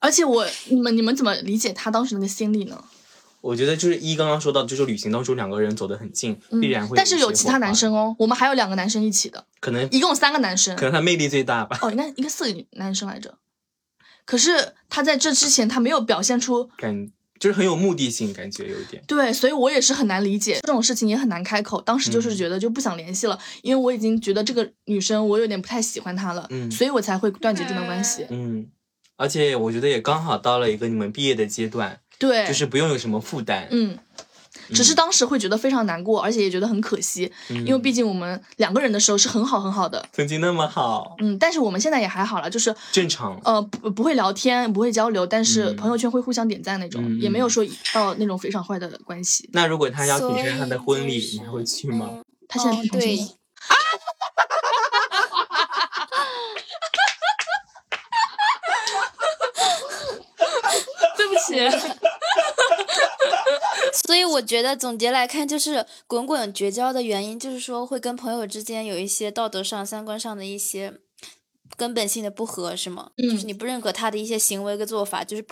[SPEAKER 1] 而且我，你们你们怎么理解他当时那个心理呢？
[SPEAKER 2] 我觉得就是一刚刚说到，就是旅行当中两个人走得很近，必然会。
[SPEAKER 1] 嗯但是有其他男，生哦，我们还有两个男生一起的，
[SPEAKER 2] 可能
[SPEAKER 1] 一共三个男生
[SPEAKER 2] 可。能他魅力最大吧，
[SPEAKER 1] 哦，应该应该四个女男生来着。可是他在这之前，他没有表现出
[SPEAKER 2] 感就是很有目的性，感觉有一点。
[SPEAKER 1] 对，所以我也是很难理解这种事情，也很难开口。当时就是
[SPEAKER 2] 嗯
[SPEAKER 1] 觉得就不想联系了，因为我已经觉得这个女生我有点不太喜欢她了，
[SPEAKER 2] 嗯
[SPEAKER 1] 所以我才会断绝这段关系。
[SPEAKER 2] 嗯，而且我觉得也刚好到了一个你们毕业的阶段，
[SPEAKER 1] 对，
[SPEAKER 2] 就是不用有什么负担，
[SPEAKER 1] 嗯，只是当时会觉得非常难过，而且也觉得很可惜，
[SPEAKER 2] 嗯
[SPEAKER 1] 因为毕竟我们两个人的时候是很好很好的。
[SPEAKER 2] 曾经那么好，
[SPEAKER 1] 嗯，但是我们现在也还好了，就是
[SPEAKER 2] 正常。
[SPEAKER 1] 呃不不会聊天，不会交流，但是
[SPEAKER 2] 嗯
[SPEAKER 1] 朋友圈会互相点赞那种，
[SPEAKER 2] 嗯
[SPEAKER 1] 也没有说到那种非常坏的关系。
[SPEAKER 2] 那如果他邀请你参加他的婚
[SPEAKER 3] 所以
[SPEAKER 2] 礼，
[SPEAKER 3] 就是
[SPEAKER 2] 你还会去吗？
[SPEAKER 3] 嗯
[SPEAKER 1] 他现在
[SPEAKER 3] 哦
[SPEAKER 1] 不同
[SPEAKER 3] 对
[SPEAKER 1] 性恋 对不起，
[SPEAKER 3] 所以我觉得总结来看，就是滚滚绝交的原因，就是说会跟朋友之间有一些道德上、三观上的一些根本性的不合，是吗？
[SPEAKER 1] 嗯
[SPEAKER 3] 就是你不认可他的一些行为跟做法，就是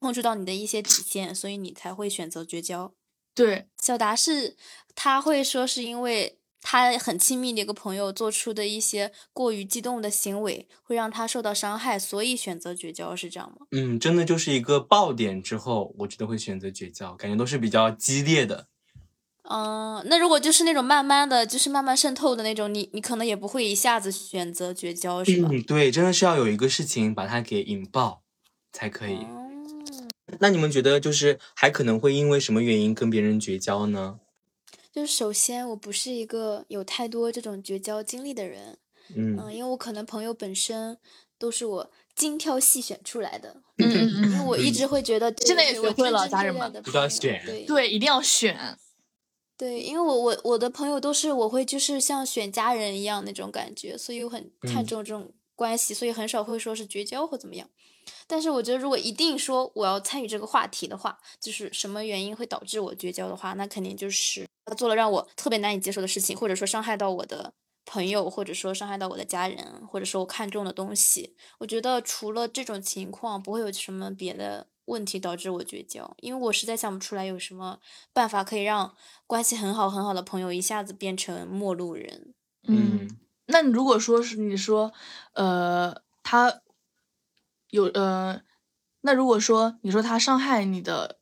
[SPEAKER 3] 碰触到你的一些底线，所以你才会选择绝交。
[SPEAKER 1] 对，
[SPEAKER 3] 小达是他会说是因为他很亲密的一个朋友做出的一些过于激动的行为，会让他受到伤害，所以选择绝交，是这样吗？
[SPEAKER 2] 嗯，真的就是一个爆点之后，我觉得会选择绝交，感觉都是比较激烈的。
[SPEAKER 3] 嗯，那如果就是那种慢慢的就是慢慢渗透的那种，你你可能也不会一下子选择绝交，是吧？
[SPEAKER 2] 嗯，对，真的是要有一个事情把它给引爆才可
[SPEAKER 1] 哦
[SPEAKER 2] 以。
[SPEAKER 3] 嗯，
[SPEAKER 2] 那你们觉得就是还可能会因为什么原因跟别人绝交呢？
[SPEAKER 3] 就是首先我不是一个有太多这种绝交经历的人，
[SPEAKER 2] 嗯
[SPEAKER 3] 嗯，因为我可能朋友本身都是我精挑细选出来的，
[SPEAKER 1] 嗯嗯嗯。
[SPEAKER 3] 因为我一直会觉得对，
[SPEAKER 1] 现在也
[SPEAKER 3] 我
[SPEAKER 1] 学会
[SPEAKER 3] 真
[SPEAKER 1] 了
[SPEAKER 3] 正
[SPEAKER 1] 家
[SPEAKER 3] 热
[SPEAKER 1] 人
[SPEAKER 3] 爱
[SPEAKER 1] 们
[SPEAKER 3] 的
[SPEAKER 2] 不
[SPEAKER 3] 朋
[SPEAKER 2] 要
[SPEAKER 3] 友
[SPEAKER 2] 选
[SPEAKER 3] 对
[SPEAKER 1] 对，一定要选。
[SPEAKER 3] 对，因为我我我的朋友都是我会就是像选家人一样那种感觉，所以我很看
[SPEAKER 2] 嗯
[SPEAKER 3] 重这种关系，所以很少会说是绝交或怎么样。但是我觉得，如果一定说我要参与这个话题的话，就是什么原因会导致我绝交的话，那肯定就是他做了让我特别难以接受的事情，或者说伤害到我的朋友，或者说伤害到我的家人，或者说我看重的东西。我觉得除了这种情况，不会有什么别的问题导致我绝交，因为我实在想不出来有什么办法可以让关系很好很好的朋友一下子变成陌路人。
[SPEAKER 1] 嗯，那你如果说是你说，呃，他有呃，那如果说你说他伤害你的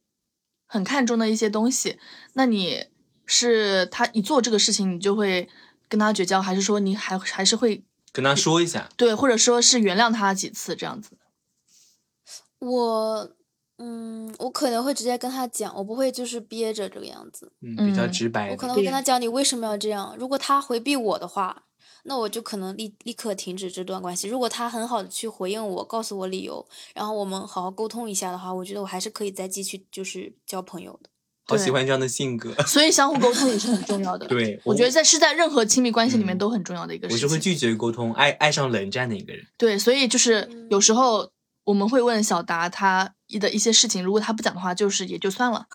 [SPEAKER 1] 很看重的一些东西，那你是他一做这个事情，你就会跟他绝交，还是说你还还是会
[SPEAKER 2] 跟他说一下，
[SPEAKER 1] 对，或者说是原谅他几次这样子？
[SPEAKER 3] 我，嗯，我可能会直接跟他讲，我不会就是憋着这个样子。
[SPEAKER 2] 嗯，比较
[SPEAKER 1] 嗯
[SPEAKER 2] 直白
[SPEAKER 3] 我可
[SPEAKER 2] 的。
[SPEAKER 3] 能会跟
[SPEAKER 1] 对
[SPEAKER 3] 他讲你为什么要这样。如果他回避我的话，那我就可能立立刻停止这段关系。如果他很好的去回应我，告诉我理由，然后我们好好沟通一下的话，我觉得我还是可以再继续就是交朋友的。
[SPEAKER 2] 好
[SPEAKER 1] 对
[SPEAKER 2] 喜欢这样的性格。
[SPEAKER 1] 所以相互沟通也是很重要的。，
[SPEAKER 2] 对，
[SPEAKER 1] 我觉得在是在任何亲密关系里面
[SPEAKER 2] 嗯
[SPEAKER 1] 都很重要的一个
[SPEAKER 2] 我
[SPEAKER 1] 事
[SPEAKER 2] 是
[SPEAKER 1] 情。
[SPEAKER 2] 会拒绝沟通，爱爱上冷战的一个人。
[SPEAKER 1] 对，所以
[SPEAKER 3] 嗯
[SPEAKER 1] 就是有时候我们会问小达他一的一些事情，如果他不讲的话，就是也就算了。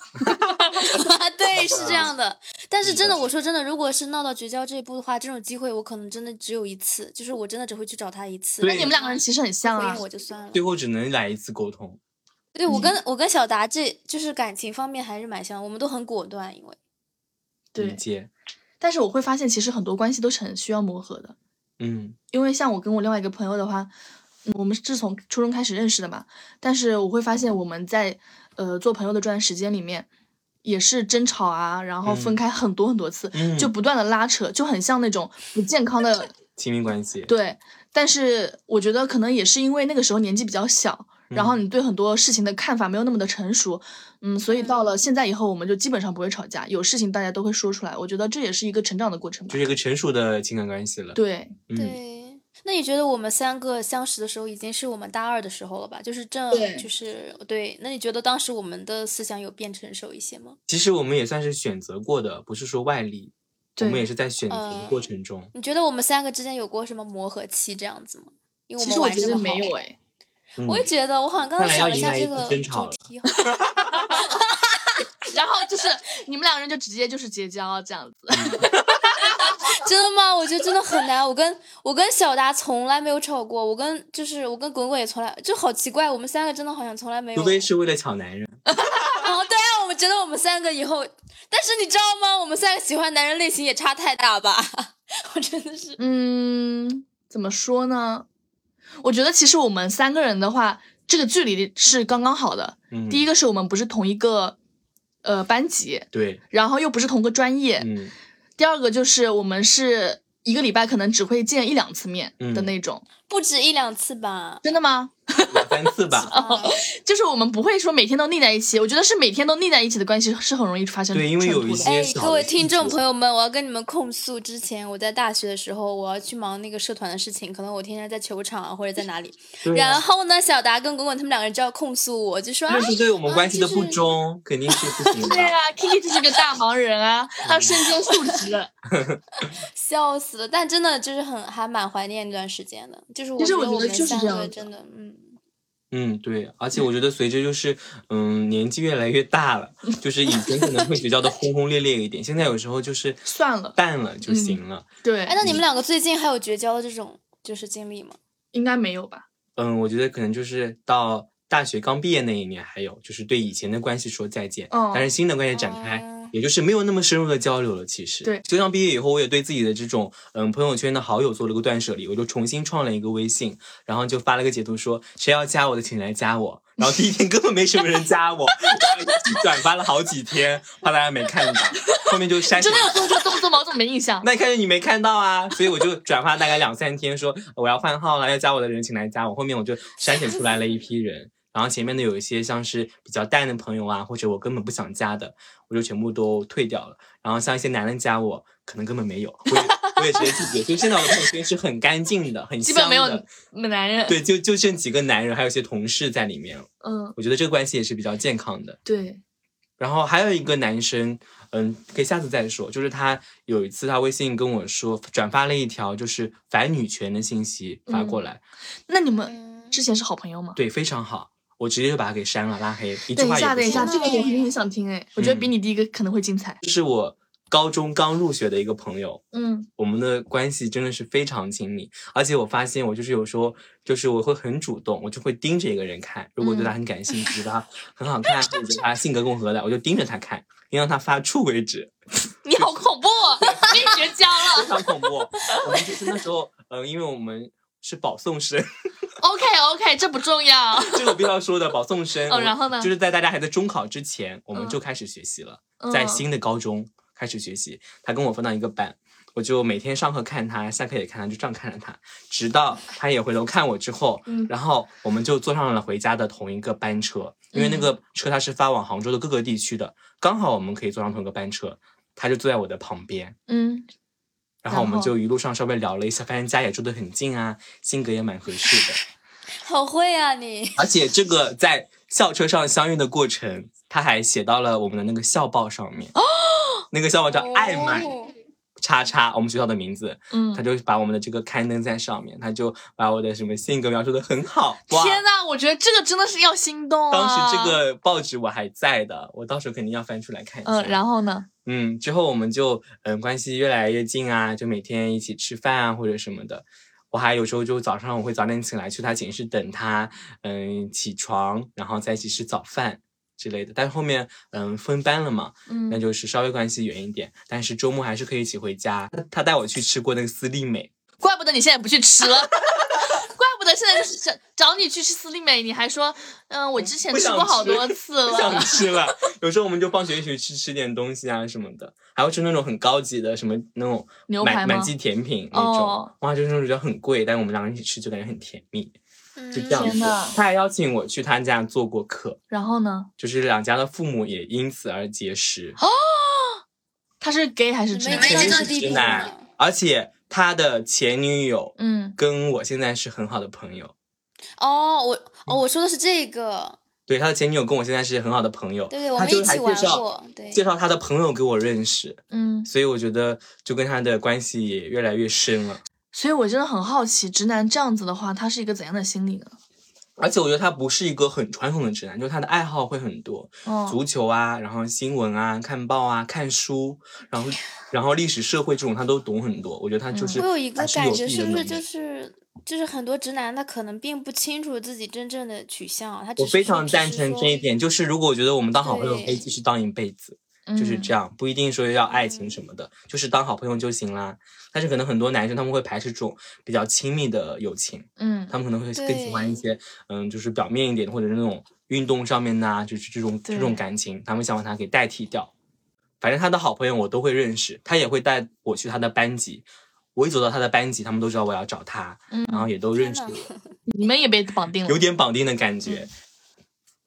[SPEAKER 3] 啊，对，是这样的。但嗯是
[SPEAKER 2] 是
[SPEAKER 3] 真
[SPEAKER 2] 的
[SPEAKER 3] 的，我说真的，如果是闹到绝交这一步的话，这种机会我可能真的只有一次，就是我真的只会去找他一次。
[SPEAKER 2] 对
[SPEAKER 1] 那你们两个人其实很像
[SPEAKER 3] 回
[SPEAKER 1] 啊
[SPEAKER 3] 应，我就算了。
[SPEAKER 2] 最后只能来一次沟通。
[SPEAKER 3] 对我跟
[SPEAKER 2] 嗯
[SPEAKER 3] 我跟小达这就是感情方面还是蛮像，我们都很果断，因为
[SPEAKER 2] 理
[SPEAKER 1] 对。
[SPEAKER 2] 解。
[SPEAKER 1] 但是我会发现，其实很多关系都是很需要磨合的，
[SPEAKER 2] 嗯
[SPEAKER 1] 因为像我跟我另外一个朋友的话，我们是从初中开始认识的嘛，但是我会发现我们在呃做朋友的这段时间里面，也是争吵啊，然后分
[SPEAKER 2] 嗯
[SPEAKER 1] 开很多很多次，
[SPEAKER 2] 嗯，
[SPEAKER 1] 就不断的拉扯，就很像那种不健康的
[SPEAKER 2] 亲密关系，
[SPEAKER 1] 对。但是我觉得可能也是因为那个时候年纪比较小，然
[SPEAKER 2] 嗯
[SPEAKER 1] 后你对很多事情的看法没有那么的成熟，嗯，所以到了现在以后，我们就基本上不会吵架，有事情大家都会说出来。我觉得这也是一个成长的过程吧
[SPEAKER 2] 就。是一个成熟的情感关系了。
[SPEAKER 1] 对，
[SPEAKER 2] 嗯，
[SPEAKER 3] 对，那你觉得我们三个相识的时候，已经是我们大二的时候了吧？就是正
[SPEAKER 1] 对
[SPEAKER 3] 就是对。那你觉得当时我们的思想有变成熟一些吗？
[SPEAKER 2] 其实我们也算是选择过的，不是说外力，我
[SPEAKER 1] 对呃
[SPEAKER 2] 们也是在选择的过程中。
[SPEAKER 3] 你觉得我们三个之间有过什么磨合期这样子吗？因为
[SPEAKER 1] 其
[SPEAKER 3] 们
[SPEAKER 1] 实我
[SPEAKER 3] 玩
[SPEAKER 1] 觉
[SPEAKER 3] 这
[SPEAKER 1] 得
[SPEAKER 3] 么
[SPEAKER 1] 没
[SPEAKER 3] 好
[SPEAKER 1] 有哎，
[SPEAKER 2] 嗯
[SPEAKER 3] 我也觉得，我好像刚
[SPEAKER 2] 看
[SPEAKER 3] 刚
[SPEAKER 2] 来要
[SPEAKER 3] 想了一
[SPEAKER 2] 迎
[SPEAKER 3] 下
[SPEAKER 2] 来
[SPEAKER 3] 这
[SPEAKER 2] 一次
[SPEAKER 3] 个
[SPEAKER 2] 争
[SPEAKER 3] 主
[SPEAKER 2] 吵了
[SPEAKER 3] 题，
[SPEAKER 1] 然后就是你们两人就直接就是结交这样子。
[SPEAKER 2] 嗯
[SPEAKER 3] 真的吗？我觉得真的很难。我跟我跟小达从来没有吵过，我跟就是我跟滚滚也从来就好奇怪，我们三个真的好像从来没有。
[SPEAKER 2] 除非是为了抢男人，
[SPEAKER 3] 啊，对啊，我们觉得我们三个以后，但是你知道吗？我们三个喜欢男人类型也差太大吧？ 我真的是，
[SPEAKER 1] 嗯，怎么说呢？我觉得其实我们三个人的话，这个距离是刚刚好的。
[SPEAKER 2] 嗯，
[SPEAKER 1] 第一
[SPEAKER 2] 个
[SPEAKER 1] 个是我们不是同一个呃班级，
[SPEAKER 2] 对，
[SPEAKER 1] 然后又不是同个专业。
[SPEAKER 2] 嗯
[SPEAKER 1] 第二个就是我们是一个礼拜可能只会见一两次面的
[SPEAKER 2] 嗯
[SPEAKER 1] 那种。
[SPEAKER 3] 不止一两次吧？
[SPEAKER 1] 真的吗？
[SPEAKER 2] 两三次 吧。
[SPEAKER 3] 啊，
[SPEAKER 1] 就是我们不会说每天都腻在一起，我觉得是每天都腻在一起的关系是很容易发生
[SPEAKER 2] 对因为
[SPEAKER 1] 冲
[SPEAKER 2] 有
[SPEAKER 1] 突
[SPEAKER 2] 一
[SPEAKER 1] 的
[SPEAKER 2] 些
[SPEAKER 3] 哎，
[SPEAKER 2] 小
[SPEAKER 3] 各位
[SPEAKER 2] 的
[SPEAKER 3] 听
[SPEAKER 2] 细
[SPEAKER 3] 众
[SPEAKER 2] 节
[SPEAKER 3] 朋友们，我要跟你们控诉，之前我在大学的时候，我要去忙那个社团的事情，可能我天天在球场啊或者在哪里。
[SPEAKER 2] 对啊
[SPEAKER 3] 然后呢，小达跟滚滚他们两个人就要控诉我，就说啊
[SPEAKER 2] 那，是对我们
[SPEAKER 3] 啊
[SPEAKER 2] 关系的
[SPEAKER 3] 就
[SPEAKER 2] 不
[SPEAKER 3] 是
[SPEAKER 2] 忠，肯定是不行的
[SPEAKER 1] 对。啊，Kiki 就是个大忙人 啊，他瞬间述职。
[SPEAKER 3] 笑死了。但真的就是很还蛮怀念那段时间的，就是我
[SPEAKER 1] 其实
[SPEAKER 3] 觉
[SPEAKER 1] 我
[SPEAKER 3] 得
[SPEAKER 1] 觉
[SPEAKER 3] 我
[SPEAKER 1] 得
[SPEAKER 3] 们
[SPEAKER 1] 就是
[SPEAKER 3] 三
[SPEAKER 1] 这样
[SPEAKER 3] 个
[SPEAKER 1] 子
[SPEAKER 3] 真的，嗯。
[SPEAKER 2] 嗯，对，而且我觉得随着就是嗯年纪越来越大了，就是以前可能会比较的轰轰烈烈一点，现在有时候就是
[SPEAKER 1] 算了嗯
[SPEAKER 2] 淡了就行了。
[SPEAKER 1] 对
[SPEAKER 3] 哎，，那你们两个最近还有绝交的这种就是经历吗？
[SPEAKER 1] 应该没有吧？
[SPEAKER 2] 嗯，我觉得可能就是到大学刚毕业那一年，还有就是对以前的关系说再见，
[SPEAKER 1] 哦
[SPEAKER 2] 但是新的关系展开，
[SPEAKER 3] 哦
[SPEAKER 2] 也就是没有那么深入的交流了。其实，
[SPEAKER 1] 对
[SPEAKER 2] 就像毕业以后，我也对自己的这种嗯朋友圈的好友做了个断舍离，我就重新创了一个微信，然后就发了个截图说谁要加我的请来加我。然后第一天根本没什么人加我， 然后转发了好几天，怕大家没看到，后面就删 除
[SPEAKER 1] 真的有做这个动作吗？我怎么没印 象？
[SPEAKER 2] 那一开始你没看到啊，所以我就转发大概两三天说，我要换号了，要加我的人请来加我。后面我就筛选出来了一批人，然后前面的有一些像是比较淡的朋友啊，或者我根本不想加的，我就全部都退掉了。然后像一些男人加我，可能根本没有，我也我也直接拒绝。所以现在我的朋友圈是很干净的，很
[SPEAKER 1] 基
[SPEAKER 2] 香
[SPEAKER 1] 本
[SPEAKER 2] 的，
[SPEAKER 1] 没有男人。，
[SPEAKER 2] 对，就就剩几个男人，还有一些同事在里面。
[SPEAKER 1] 嗯，
[SPEAKER 2] 我觉得这个关系也是比较健康的。
[SPEAKER 1] 对，
[SPEAKER 2] 然后还有一个男生，嗯，可以下次再说。就是他有一次，他微信跟我说，转发了一条就是反女权的信息发过
[SPEAKER 1] 嗯
[SPEAKER 2] 来，
[SPEAKER 1] 那你们
[SPEAKER 3] 嗯，
[SPEAKER 1] 之前是好朋友吗？
[SPEAKER 2] 对，非常好，我直接就把他给删了，拉黑，一句
[SPEAKER 1] 等一
[SPEAKER 2] 话也
[SPEAKER 1] 下，
[SPEAKER 2] 不
[SPEAKER 1] 等一下，
[SPEAKER 2] 说。
[SPEAKER 1] 这个我肯定很想听哎，我觉得比
[SPEAKER 2] 嗯
[SPEAKER 1] 你第一个可能会精彩。
[SPEAKER 2] 这是我高中刚入学的一个朋友，
[SPEAKER 1] 嗯，
[SPEAKER 2] 我们的关系真的是非常亲密，而且我发现我就是有时候就是我会很主动，我就会盯着一个人看，如果
[SPEAKER 1] 嗯
[SPEAKER 2] 对他很感兴趣，觉得他很好看，或者觉得他性格跟我合的，我就盯着他看，盯到他发怵为止。
[SPEAKER 1] 你好恐怖哦，你也绝交了。
[SPEAKER 2] 非常 恐怖。我们就是那时候，呃，因为我们是保送生，
[SPEAKER 1] OK OK，这不重要。
[SPEAKER 2] 这个我必须要说的，保送生。
[SPEAKER 1] 哦然后呢
[SPEAKER 2] 就是在大家还在中考之前，我们
[SPEAKER 1] 嗯
[SPEAKER 2] 就开始学习了，
[SPEAKER 1] 嗯
[SPEAKER 2] 在新的高中开始学习。他跟我分到一个班，我就每天上课看他，下课也看他，就这样看着他，直到他也回头看我之后，
[SPEAKER 1] 嗯
[SPEAKER 2] 然后我们就坐上了回家的同一个班车，因为那
[SPEAKER 1] 嗯
[SPEAKER 2] 个车它是发往杭州的各个地区的，刚好我们可以坐上同一个班车，他就坐在我的旁边。
[SPEAKER 1] 嗯，
[SPEAKER 2] 然后我
[SPEAKER 1] 然
[SPEAKER 2] 们
[SPEAKER 1] 后
[SPEAKER 2] 就一路上稍微聊了一下，发现家也住得很近啊，性格也蛮合适 的。
[SPEAKER 3] 好会啊你！
[SPEAKER 2] 而且这个在校车上相遇的过程，他还写到了我们的那个校报上面。
[SPEAKER 1] 哦
[SPEAKER 2] 那个校报叫“爱买
[SPEAKER 3] 哦
[SPEAKER 2] 叉叉”，我们学校的名字，
[SPEAKER 1] 嗯
[SPEAKER 2] 他就把我们的这个刊登在上面，他就把我的什么性格描述的很好。哇！
[SPEAKER 1] 天呐，我觉得这个真的是要心动
[SPEAKER 2] 当
[SPEAKER 1] 啊！
[SPEAKER 2] 时这，个报纸我还在的，我到时候肯定要翻出来看一下。
[SPEAKER 1] 嗯，然后呢？
[SPEAKER 2] 嗯，之后我们就嗯关系越来越近啊，就每天一起吃饭啊或者什么的。我还有时候就早上我会早点起来去他寝室等他，嗯起床，然后在一起吃早饭之类的。但是后面嗯分班了嘛，
[SPEAKER 1] 嗯
[SPEAKER 2] 那就是稍微关系远一点，但是周末还是可以一起回家。他带我去吃过那个私立美，
[SPEAKER 1] 怪不得你现在不去吃了，怪不的现在是找找你去吃斯利美，你还说，嗯，我之前
[SPEAKER 2] 不
[SPEAKER 1] 吃
[SPEAKER 2] 想
[SPEAKER 1] 过好
[SPEAKER 2] 吃
[SPEAKER 1] 多次
[SPEAKER 2] 不想
[SPEAKER 1] 了。
[SPEAKER 2] 吃了。有时候我们就放学一起去吃点东西啊什么的，还要吃那种很高级的什么那种
[SPEAKER 1] 牛排
[SPEAKER 2] 满满
[SPEAKER 1] 吗
[SPEAKER 2] 记甜品那种，
[SPEAKER 1] 哦
[SPEAKER 2] 哇，就是那种觉得很贵，但我们两个人一起吃就感觉很甜蜜，就这样
[SPEAKER 3] 嗯，
[SPEAKER 2] 子
[SPEAKER 4] 天哪。
[SPEAKER 2] 他还邀请我去他家做过客，
[SPEAKER 1] 然后呢？
[SPEAKER 2] 就是两家的父母也因此而结识，
[SPEAKER 3] 哦
[SPEAKER 1] 他是 gay 还是
[SPEAKER 3] 你
[SPEAKER 1] 直
[SPEAKER 3] 们
[SPEAKER 1] 男
[SPEAKER 3] 已？经
[SPEAKER 2] 肯定
[SPEAKER 3] 到
[SPEAKER 2] 是
[SPEAKER 3] 地
[SPEAKER 2] 直
[SPEAKER 3] 步
[SPEAKER 2] 男
[SPEAKER 3] 了。
[SPEAKER 2] 而且他的前女友
[SPEAKER 1] 嗯，
[SPEAKER 2] 跟我现在是很好的朋友。
[SPEAKER 3] 哦，我
[SPEAKER 2] 嗯
[SPEAKER 3] 哦，我说的是这个，
[SPEAKER 2] 对，他的前女友跟我现在是很好的朋友，
[SPEAKER 3] 对对，我
[SPEAKER 2] 他
[SPEAKER 3] 们
[SPEAKER 2] 就
[SPEAKER 3] 一
[SPEAKER 2] 是还
[SPEAKER 3] 起
[SPEAKER 2] 介
[SPEAKER 3] 玩
[SPEAKER 2] 绍
[SPEAKER 3] 过，对，
[SPEAKER 2] 介绍他的朋友给我认识，
[SPEAKER 1] 嗯，
[SPEAKER 2] 所以我觉得就跟他的关系也越来越深了。
[SPEAKER 1] 所以我真的很好奇，直男这样子的话，他是一个怎样的心理呢？
[SPEAKER 2] 而且我觉得他不是一个很传统的直男，就是他的爱好会很多，
[SPEAKER 1] 哦，
[SPEAKER 2] 足球啊，然后新闻啊，看报啊，看书，然后然后历史社会这种他都懂很多。我觉得他就是
[SPEAKER 3] 嗯我有一个
[SPEAKER 2] 还
[SPEAKER 3] 感
[SPEAKER 2] 有
[SPEAKER 3] 觉，
[SPEAKER 2] 自己
[SPEAKER 3] 是
[SPEAKER 2] 的
[SPEAKER 3] 不
[SPEAKER 2] 能力
[SPEAKER 3] 是就是就是很多直男他可能并不清楚自己真正的取向，啊他只
[SPEAKER 2] 我
[SPEAKER 3] 是
[SPEAKER 2] 非
[SPEAKER 3] 说
[SPEAKER 2] 常
[SPEAKER 3] 只
[SPEAKER 2] 赞
[SPEAKER 3] 是
[SPEAKER 2] 成这
[SPEAKER 3] 说
[SPEAKER 2] 一点，就是如果我觉得我们当好朋友可以
[SPEAKER 3] 对
[SPEAKER 2] 继续当一辈子，
[SPEAKER 3] 嗯
[SPEAKER 2] 就是这
[SPEAKER 1] 样。
[SPEAKER 2] 样，不一定说要爱情什么的，就是当好朋友就行啦。但是可能很多男生他们会排斥这种比较亲密的友情，
[SPEAKER 1] 嗯，
[SPEAKER 2] 他们可能会更喜欢一
[SPEAKER 3] 对
[SPEAKER 2] 些，嗯，就是表面一点或者是那种运动上面呐、就是这种这
[SPEAKER 1] 对
[SPEAKER 2] 种感情，他们想把它给代替掉。反正他的好朋友我都会认识，他也会带我去他的班级。我一走到他的班级，他们都知道我要找他，
[SPEAKER 1] 嗯
[SPEAKER 2] 然后也都认识
[SPEAKER 3] 天
[SPEAKER 2] 我
[SPEAKER 3] 哪，
[SPEAKER 1] 你们也被绑定了。
[SPEAKER 2] 有点绑定的感
[SPEAKER 3] 嗯
[SPEAKER 2] 觉。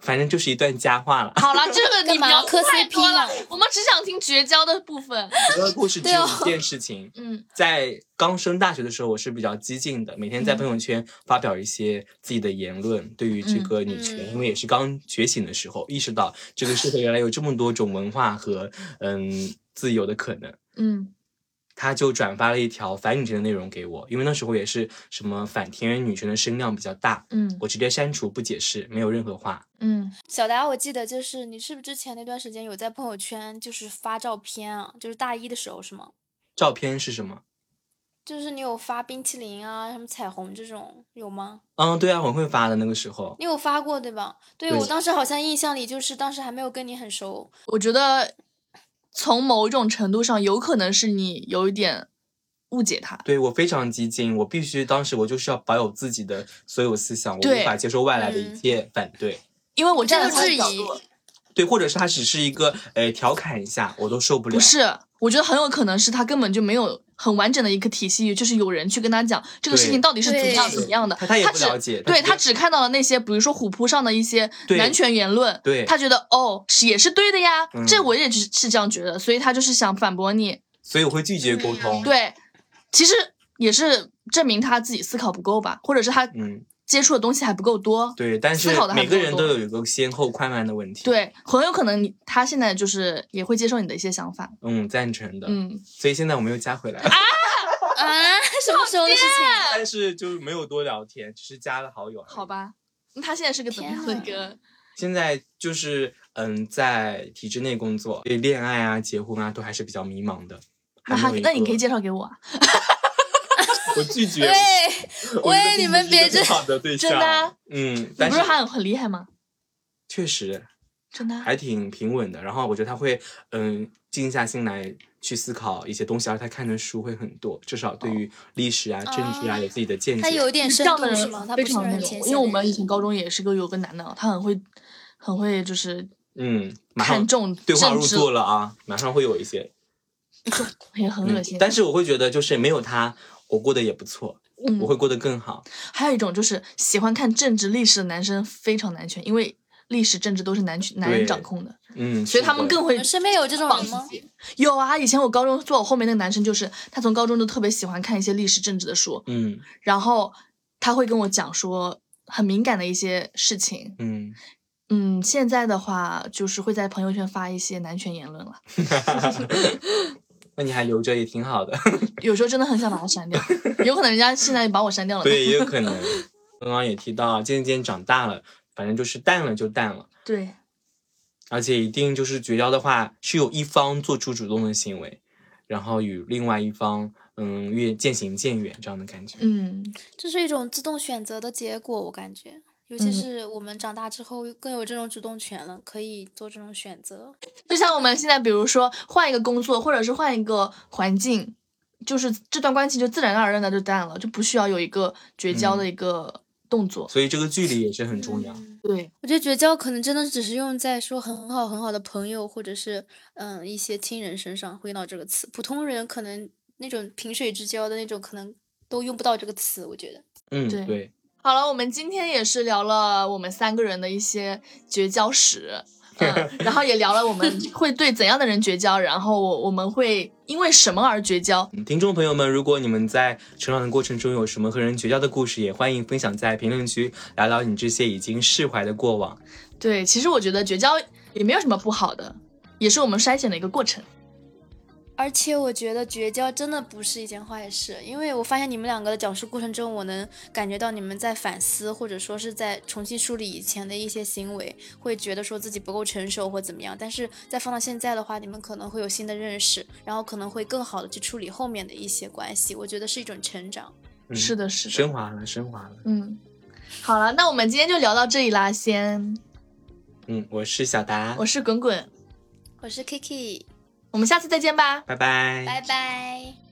[SPEAKER 2] 反正就是一段佳话了。
[SPEAKER 1] 好了，这个
[SPEAKER 3] 干
[SPEAKER 1] 你
[SPEAKER 3] 嘛
[SPEAKER 1] 聊
[SPEAKER 3] 磕
[SPEAKER 1] 太
[SPEAKER 3] CP
[SPEAKER 1] 多了
[SPEAKER 3] 了，
[SPEAKER 1] 我们只想听绝交的部分。
[SPEAKER 2] 整个故事只
[SPEAKER 3] 对
[SPEAKER 2] 有
[SPEAKER 3] 哦
[SPEAKER 2] 一件事情，
[SPEAKER 1] 嗯
[SPEAKER 2] 在刚升大学的时候，我是比较激进的，每天
[SPEAKER 3] 嗯
[SPEAKER 2] 在朋友圈发表一些自己的言论，对于这个女权，
[SPEAKER 3] 嗯
[SPEAKER 2] 因为也是刚觉醒的时候，意识到这个社会原来有这么多种文化和嗯自由的可能。
[SPEAKER 1] 嗯
[SPEAKER 2] 他就转发了一条反女权的内容给我，因为那时候也是什么反田园女权的声量比较大，
[SPEAKER 1] 嗯
[SPEAKER 2] 我直接删除不解释，没有任何话。
[SPEAKER 1] 嗯，
[SPEAKER 3] 小达，我记得就是你是不是之前那段时间有在朋友圈就是发照片啊？就是大一的时候是吗？
[SPEAKER 2] 照片是什么？
[SPEAKER 3] 就是你有发冰淇淋啊，什么彩虹这种有吗？
[SPEAKER 2] 嗯，对啊，我会发的那个时候，
[SPEAKER 3] 你有发过对吧？对
[SPEAKER 2] 对
[SPEAKER 3] 我当时好像印象里就是当时还没有跟你 很熟，
[SPEAKER 1] 我觉得从某种程度上，有可能是你有一点误解他。
[SPEAKER 2] 对我非常激进，我必须当时我就是要保有自己的所有思想，我
[SPEAKER 1] 对
[SPEAKER 2] 无法接受外来的一
[SPEAKER 3] 嗯
[SPEAKER 2] 切反对，
[SPEAKER 1] 因为我
[SPEAKER 3] 这
[SPEAKER 1] 站在
[SPEAKER 3] 个
[SPEAKER 1] 他
[SPEAKER 3] 质
[SPEAKER 1] 的角
[SPEAKER 3] 疑
[SPEAKER 1] 度，
[SPEAKER 2] 对，或者是他只是一个呃调侃一下，我都受不了。
[SPEAKER 1] 不是，我觉得很有可能是他根本就没有很完整的一个体系，就是有人去跟他讲这个事情
[SPEAKER 2] 对
[SPEAKER 1] 到底是怎么样
[SPEAKER 3] 对
[SPEAKER 1] 怎么样的，
[SPEAKER 2] 他他也不
[SPEAKER 1] 只
[SPEAKER 2] 了解他
[SPEAKER 1] 对
[SPEAKER 2] 觉
[SPEAKER 1] 他
[SPEAKER 2] 得
[SPEAKER 1] 只看到了那些，比如说虎扑上的一些
[SPEAKER 2] 对
[SPEAKER 1] 男权言论，
[SPEAKER 2] 对
[SPEAKER 1] 他觉得哦是也是对的呀，
[SPEAKER 2] 嗯
[SPEAKER 1] 这我也是是这样觉得，所以他就是想反驳你，
[SPEAKER 2] 所以我会拒绝沟通。，
[SPEAKER 1] 嗯对，其实也是证明他自己思考不够吧，或者是他
[SPEAKER 2] 嗯，
[SPEAKER 1] 接触的东西还不够多，
[SPEAKER 2] 对，但
[SPEAKER 1] 思
[SPEAKER 2] 是
[SPEAKER 1] 考得还
[SPEAKER 2] 每
[SPEAKER 1] 不
[SPEAKER 2] 个
[SPEAKER 1] 够
[SPEAKER 2] 人
[SPEAKER 1] 多
[SPEAKER 2] 都有一个先后宽慢的问题。，
[SPEAKER 1] 对，很有可能你他现在就是也会接受你的一些想法，
[SPEAKER 2] 嗯，赞成的。
[SPEAKER 1] 嗯，
[SPEAKER 2] 所以现在我们又加回来了，
[SPEAKER 3] 啊，什么时候的事情？
[SPEAKER 2] 但是就是没有多聊天，只是加了好友。
[SPEAKER 1] 好。吧，那他现在是个怎么样的
[SPEAKER 3] 天
[SPEAKER 1] 一
[SPEAKER 3] 呐
[SPEAKER 1] 个？
[SPEAKER 2] 现在就是嗯，在体制内工作，对恋爱啊、结婚啊，都还是比较迷茫的。
[SPEAKER 1] 那
[SPEAKER 2] 还
[SPEAKER 1] 他
[SPEAKER 2] 没有一
[SPEAKER 1] 那你
[SPEAKER 2] 个
[SPEAKER 1] 可以介绍给我啊。
[SPEAKER 2] 我 拒绝。
[SPEAKER 3] 喂，
[SPEAKER 2] 我觉得
[SPEAKER 3] 喂
[SPEAKER 2] 自己
[SPEAKER 3] 你们
[SPEAKER 2] 是一
[SPEAKER 3] 别
[SPEAKER 2] 个
[SPEAKER 3] 这
[SPEAKER 2] 很好的对象，
[SPEAKER 1] 真的啊
[SPEAKER 2] 嗯，
[SPEAKER 1] 你
[SPEAKER 2] 但
[SPEAKER 1] 不
[SPEAKER 2] 是
[SPEAKER 1] 是还很很厉害吗？
[SPEAKER 2] 确实
[SPEAKER 1] 真的啊，
[SPEAKER 2] 还挺平稳的。然后我觉得他会，嗯，静下心来去思考一些东西，而且他看的书会很多，至少
[SPEAKER 1] 哦
[SPEAKER 2] 对于历史啊、政治啊有自己的见
[SPEAKER 3] 他
[SPEAKER 2] 解。
[SPEAKER 3] 有一点
[SPEAKER 1] 这
[SPEAKER 3] 深
[SPEAKER 1] 样的
[SPEAKER 3] 度是
[SPEAKER 1] 人
[SPEAKER 3] 吗？他
[SPEAKER 1] 非
[SPEAKER 3] 不是
[SPEAKER 1] 常那
[SPEAKER 3] 很
[SPEAKER 1] 种
[SPEAKER 3] 浅，
[SPEAKER 1] 因为
[SPEAKER 3] 显
[SPEAKER 1] 我
[SPEAKER 3] 的
[SPEAKER 1] 们以前
[SPEAKER 3] 人。
[SPEAKER 1] 高中也是个有个男的，他很会，很会就是
[SPEAKER 2] 嗯，马
[SPEAKER 1] 看
[SPEAKER 2] 上
[SPEAKER 1] 重
[SPEAKER 2] 对话
[SPEAKER 1] 政
[SPEAKER 2] 入
[SPEAKER 1] 治，
[SPEAKER 2] 座了啊，马上会有一些，
[SPEAKER 1] 也很恶
[SPEAKER 2] 嗯
[SPEAKER 1] 心。
[SPEAKER 2] 但是我会觉得就是没有他，我过得也不错，
[SPEAKER 1] 嗯
[SPEAKER 2] 我会过得更好。
[SPEAKER 1] 还有一种就是喜欢看政治历史的男生非常男权，因为历史政治都是男权男人
[SPEAKER 2] 对
[SPEAKER 1] 掌控的，
[SPEAKER 2] 嗯，
[SPEAKER 1] 所以
[SPEAKER 2] 是
[SPEAKER 1] 他们
[SPEAKER 2] 的
[SPEAKER 1] 更
[SPEAKER 3] 你
[SPEAKER 1] 会
[SPEAKER 3] 们身边有这种
[SPEAKER 1] 绑
[SPEAKER 3] 人吗
[SPEAKER 1] 自？己。有啊，以前我高中坐我后面那个男生就是，他从高中就特别喜欢看一些历史政治的书，
[SPEAKER 2] 嗯
[SPEAKER 1] 然后他会跟我讲说很敏感的一些事情，
[SPEAKER 2] 嗯，
[SPEAKER 1] 嗯，现在的话就是会在朋友圈发一些男权言论了，
[SPEAKER 2] 那你还留着也挺好的。
[SPEAKER 1] 有时候真的很想把它删掉，有可能人家现在把我删掉了呢。
[SPEAKER 2] 对，也有可能。刚刚也提到，渐渐长大了，反正就是淡了就淡了，
[SPEAKER 1] 对
[SPEAKER 2] 而且一定就是绝交的话，是有一方做出主动的行为，然后与另外一方，嗯，越渐行渐远这样的感觉。
[SPEAKER 1] 嗯，
[SPEAKER 3] 这是一种自动选择的结果，我感觉，尤其
[SPEAKER 1] 嗯
[SPEAKER 3] 是我们长大之后更有这种主动权了，可以做这种选择。
[SPEAKER 1] 就像我们现在，比如说换一个工作，或者是换一个环境，就是这段关系就自然而然的就淡了，就不需要有一个绝交的一个动作。
[SPEAKER 2] 所以这个距离也是很重要。
[SPEAKER 3] 嗯
[SPEAKER 1] 对，
[SPEAKER 3] 我觉得绝交可能真的只是用在说很很好很好的朋友，或者是嗯一些亲人身上会用到这个词。普通人可能那种萍水之交的那种，可能都用不到这个词。我觉得，
[SPEAKER 2] 嗯，
[SPEAKER 1] 对
[SPEAKER 2] 对，
[SPEAKER 1] 好了，我们今天也是聊了我们三个人的一些绝交史，嗯，然后也聊了我们会对怎样的人绝交，然后我我们会因为什么而绝交。
[SPEAKER 2] 嗯听众朋友们，如果你们在成长的过程中有什么和人绝交的故事，也欢迎分享在评论区，聊聊你这些已经释怀的过往。
[SPEAKER 1] 对，其实我觉得绝交也没有什么不好的，也是我们筛选的一个过程。
[SPEAKER 3] 而且我觉得绝交真的不是一件坏事，因为我发现你们两个的讲述过程中，我能感觉到你们在反思，或者说是在重新梳理以前的一些行为，会觉得说自己不够成熟或怎么样。但是再放到现在的话，你们可能会有新的认识，然后可能会更好的去处理后面的一些关系。我觉得是一种成长。
[SPEAKER 2] 嗯、
[SPEAKER 1] 是的，是的，
[SPEAKER 2] 升华了，升华了。
[SPEAKER 1] 嗯，好了，那我们今天就聊到这里啦，先，
[SPEAKER 2] 嗯，我是小达，
[SPEAKER 1] 我是滚滚，
[SPEAKER 3] 我是 Kiki，
[SPEAKER 1] 我们下次再见吧。
[SPEAKER 2] 拜拜，
[SPEAKER 3] 拜拜。